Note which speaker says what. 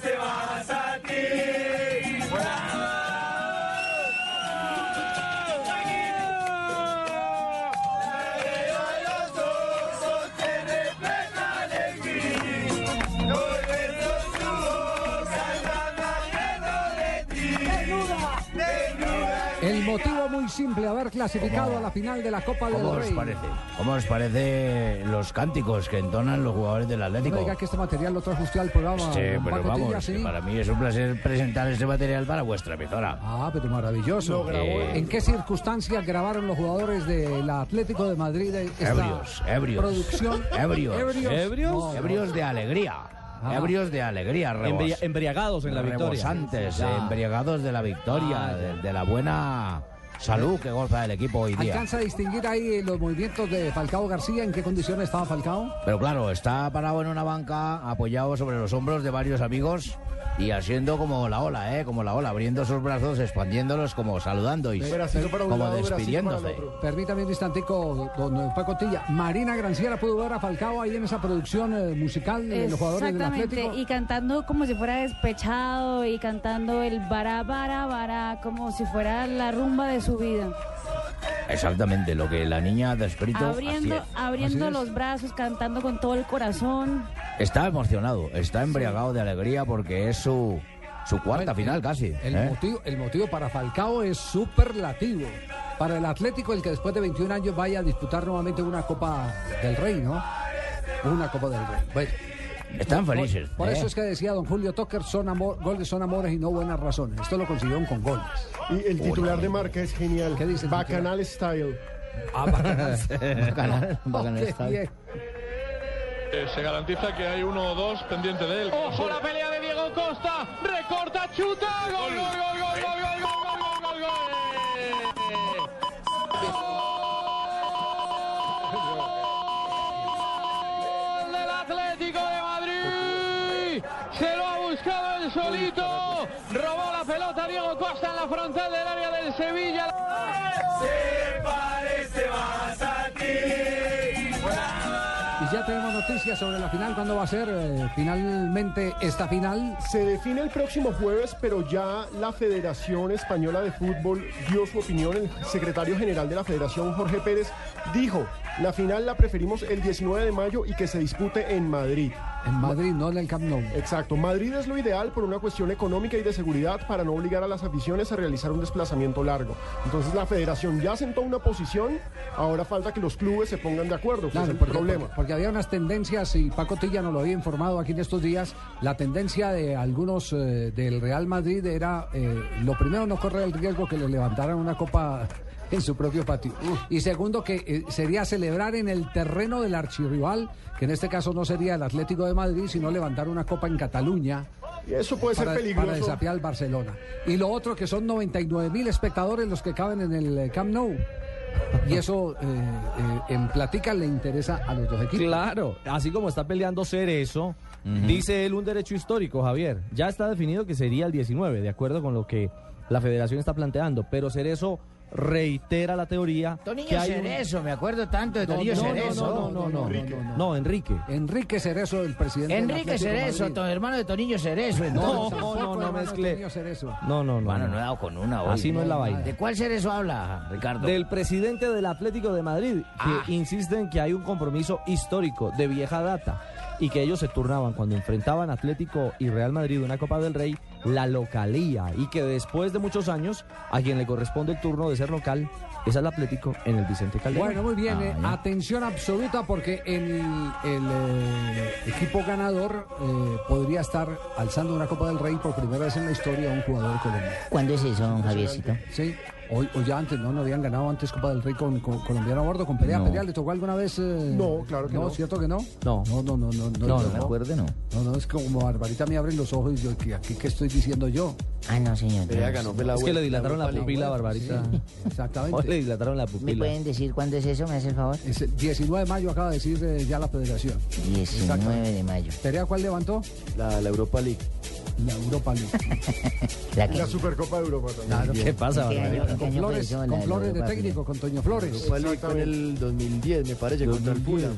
Speaker 1: se vas a ti.
Speaker 2: El motivo muy simple, haber clasificado a la final de la Copa
Speaker 3: ¿Cómo
Speaker 2: del
Speaker 3: os
Speaker 2: Rey.
Speaker 3: parece? ¿Cómo os parece los cánticos que entonan los jugadores del
Speaker 2: No
Speaker 3: Atlético?
Speaker 2: diga que este material lo trajo usted al programa.
Speaker 3: Sí,
Speaker 2: don
Speaker 3: pero
Speaker 2: Paco Tilla,
Speaker 3: vamos,
Speaker 2: ¿sí?
Speaker 3: que para mí es un placer presentar este material para vuestra emisora.
Speaker 2: Ah, pero maravilloso.
Speaker 3: grabó.
Speaker 2: ¿En qué circunstancias grabaron los jugadores del Atlético de Madrid esta
Speaker 3: Ebrios, ebrios.
Speaker 2: producción?
Speaker 3: Ebrios.
Speaker 2: ¿Ebrios?
Speaker 4: ¿Ebrios?
Speaker 2: No, Ah. no.
Speaker 3: Ebrios de alegría. Ebrios de alegría, rebos-
Speaker 4: Embria- embriagados en la victoria.
Speaker 3: Rebosantes,
Speaker 2: Ya.
Speaker 3: embriagados de la victoria,
Speaker 4: Ah,
Speaker 3: de, de la buena salud que goza el equipo hoy día.
Speaker 2: ¿Alcanza a distinguir ahí los movimientos de Falcao García? ¿En qué condiciones estaba Falcao?
Speaker 3: Pero claro, está parado en una banca, apoyado sobre los hombros de varios amigos y haciendo como la ola, ¿eh? Como la ola, abriendo sus brazos, expandiéndolos, como saludando y como despidiéndose.
Speaker 2: Permítame un instantico, don Paco Tilla. Marina Granciera pudo ver a Falcao ahí en esa producción eh, musical de los jugadores del
Speaker 5: Exactamente,
Speaker 2: Atlético.
Speaker 5: y cantando como si fuera despechado y cantando el bara, bara, bara, como si fuera la rumba de su vida.
Speaker 3: Exactamente, lo que la niña ha descrito. así
Speaker 5: Abriendo,
Speaker 3: es.
Speaker 5: abriendo
Speaker 2: Así es.
Speaker 5: los brazos, cantando con todo el corazón.
Speaker 3: Está emocionado, está embriagado de alegría porque es su, su cuarta final casi.
Speaker 2: El,
Speaker 3: ¿eh?
Speaker 2: motivo, el motivo para Falcao es superlativo. Para el Atlético, el que después de 21 años vaya a disputar nuevamente una Copa del Rey, ¿no? Una Copa del Rey. Bueno,
Speaker 3: Están
Speaker 2: por-
Speaker 3: felices.
Speaker 2: Por
Speaker 3: ¿eh?
Speaker 2: eso es que decía don Julio Tocker, son amor, goles son amores y no buenas razones. Esto lo consiguieron con goles.
Speaker 6: Y el titular de marca es genial.
Speaker 2: ¿Qué dice el
Speaker 6: Bacanal Style.
Speaker 2: Ah, bacanal.
Speaker 3: Bacanal, bacanal
Speaker 2: Qué
Speaker 3: está.
Speaker 2: bien.
Speaker 7: Se garantiza que hay uno o dos pendiente de él. ¡Ojo la pelea de Diego Costa! ¡Recorta, chuta! ¡Gol, gol, gol, gol, gol, gol, gol, gol, gol, gol, gol! ¡Gol del Atlético de Madrid! Se lo ha buscado el solito. Robó la pelota Diego Costa en la frontal del área del Sevilla.
Speaker 1: Se parece más a ti.
Speaker 2: Y ya tenemos noticias sobre la final, cuándo va a ser eh, finalmente esta final.
Speaker 6: Se define el próximo jueves, pero ya la Federación Española de Fútbol dio su opinión. El secretario general de la Federación, Jorge Pérez, dijo, la final la preferimos el 19 de mayo y que se dispute en Madrid.
Speaker 2: En Madrid, no en el Camp Nou.
Speaker 6: Exacto, Madrid es lo ideal por una cuestión económica y de seguridad para no obligar a las aficiones a realizar un desplazamiento largo. Entonces la federación ya sentó una posición, ahora falta que los clubes se pongan de acuerdo, que es
Speaker 2: Claro,
Speaker 6: el
Speaker 2: porque,
Speaker 6: problema.
Speaker 2: porque- porque había unas tendencias, y Paco Tilla nos lo había informado aquí en estos días, la tendencia de algunos eh, del Real Madrid era, eh, lo primero, no correr el riesgo que le levantaran una copa en su propio patio. Y segundo, que eh, sería celebrar en el terreno del archirrival, que en este caso no sería el Atlético de Madrid, sino levantar una copa en Cataluña.
Speaker 6: Y eso puede ser
Speaker 2: para, para
Speaker 6: peligroso.
Speaker 2: desafiar al Barcelona. Y lo otro, que son 99 mil espectadores los que caben en el eh, Camp Nou. Y eso eh, eh, en platica le interesa a los dos equipos.
Speaker 4: Claro, así como está peleando ser eso, dice él un derecho histórico, Javier. Ya está definido que sería el 19, de acuerdo con lo que la federación está planteando, pero ser eso reitera la teoría que
Speaker 3: Toninho
Speaker 4: hay un-
Speaker 3: Cerezo, me acuerdo tanto de
Speaker 2: No,
Speaker 3: Toninho
Speaker 2: no, no,
Speaker 3: Cerezo.
Speaker 2: no, no, no, no,
Speaker 6: Enrique.
Speaker 2: no, no, no.
Speaker 4: No, Enrique.
Speaker 2: Enrique Cerezo, el presidente. del
Speaker 3: Enrique
Speaker 2: Atlético de
Speaker 3: Cerezo,
Speaker 2: Madrid.
Speaker 3: to- hermano de Toninho Cerezo.
Speaker 4: No,
Speaker 3: entonces.
Speaker 4: no, no, no mezcle.
Speaker 2: Antonio Cerezo.
Speaker 4: No, no, no.
Speaker 3: Hermano,
Speaker 4: no.
Speaker 3: no he dado con una hoy.
Speaker 4: Así no es la vaina.
Speaker 3: ¿De cuál Cerezo habla, Ricardo?
Speaker 4: Del presidente del Atlético de Madrid, que
Speaker 3: Ah.
Speaker 4: insiste en que hay un compromiso histórico de vieja data y que ellos se turnaban cuando enfrentaban Atlético y Real Madrid en una Copa del Rey, la localía y que después de muchos años, a quien le corresponde el turno de ser local es al Atlético en el Vicente Calderón.
Speaker 2: Bueno, muy bien.
Speaker 3: Ah,
Speaker 2: eh,
Speaker 3: ya.
Speaker 2: atención absoluta porque el, el, eh, equipo ganador eh, podría estar alzando una Copa del Rey por primera vez en la historia a un jugador colombiano.
Speaker 8: ¿Cuándo es eso, don Javiercito?
Speaker 2: Sí, hoy, o ya antes, ¿no? No habían ganado antes Copa del Rey con, con- colombiano a bordo, con Perea.
Speaker 3: No.
Speaker 2: ¿Perea le tocó alguna vez? eh?
Speaker 6: No, claro que no.
Speaker 2: ¿Cierto que no?
Speaker 4: No.
Speaker 2: No, no, no, no.
Speaker 3: No, no me acuerdo, no.
Speaker 2: No, no, es como Barbarita me abren los ojos y yo, ¿qué, aquí, ¿qué estoy diciendo yo?
Speaker 8: Ah, no, señor. yo no sé.
Speaker 4: es que le dilataron la pupila, Barbarita. Hoy le
Speaker 2: Ah, Exactamente.
Speaker 4: dilataron la
Speaker 8: ¿Me
Speaker 4: pupila.
Speaker 8: pueden decir cuándo es eso? ¿Me hace el favor?
Speaker 2: Es el 19 de mayo acaba de decir eh, ya la federación.
Speaker 8: 19 de mayo.
Speaker 2: ¿Perea cuál levantó?
Speaker 9: La, la Europa League.
Speaker 2: La Europa League.
Speaker 8: La que,
Speaker 6: La Supercopa de Europa también.
Speaker 4: ¿Qué pasa,
Speaker 8: ¿En qué
Speaker 4: Barbarita?
Speaker 8: año? ¿En qué
Speaker 2: Con
Speaker 8: año fue
Speaker 2: Flores,
Speaker 8: eso, la
Speaker 2: con
Speaker 8: de
Speaker 2: Flores de
Speaker 8: Europa?
Speaker 2: técnico, con Toño Flores.
Speaker 9: Europa League fue en el 2010, me parece, contra el Fulham.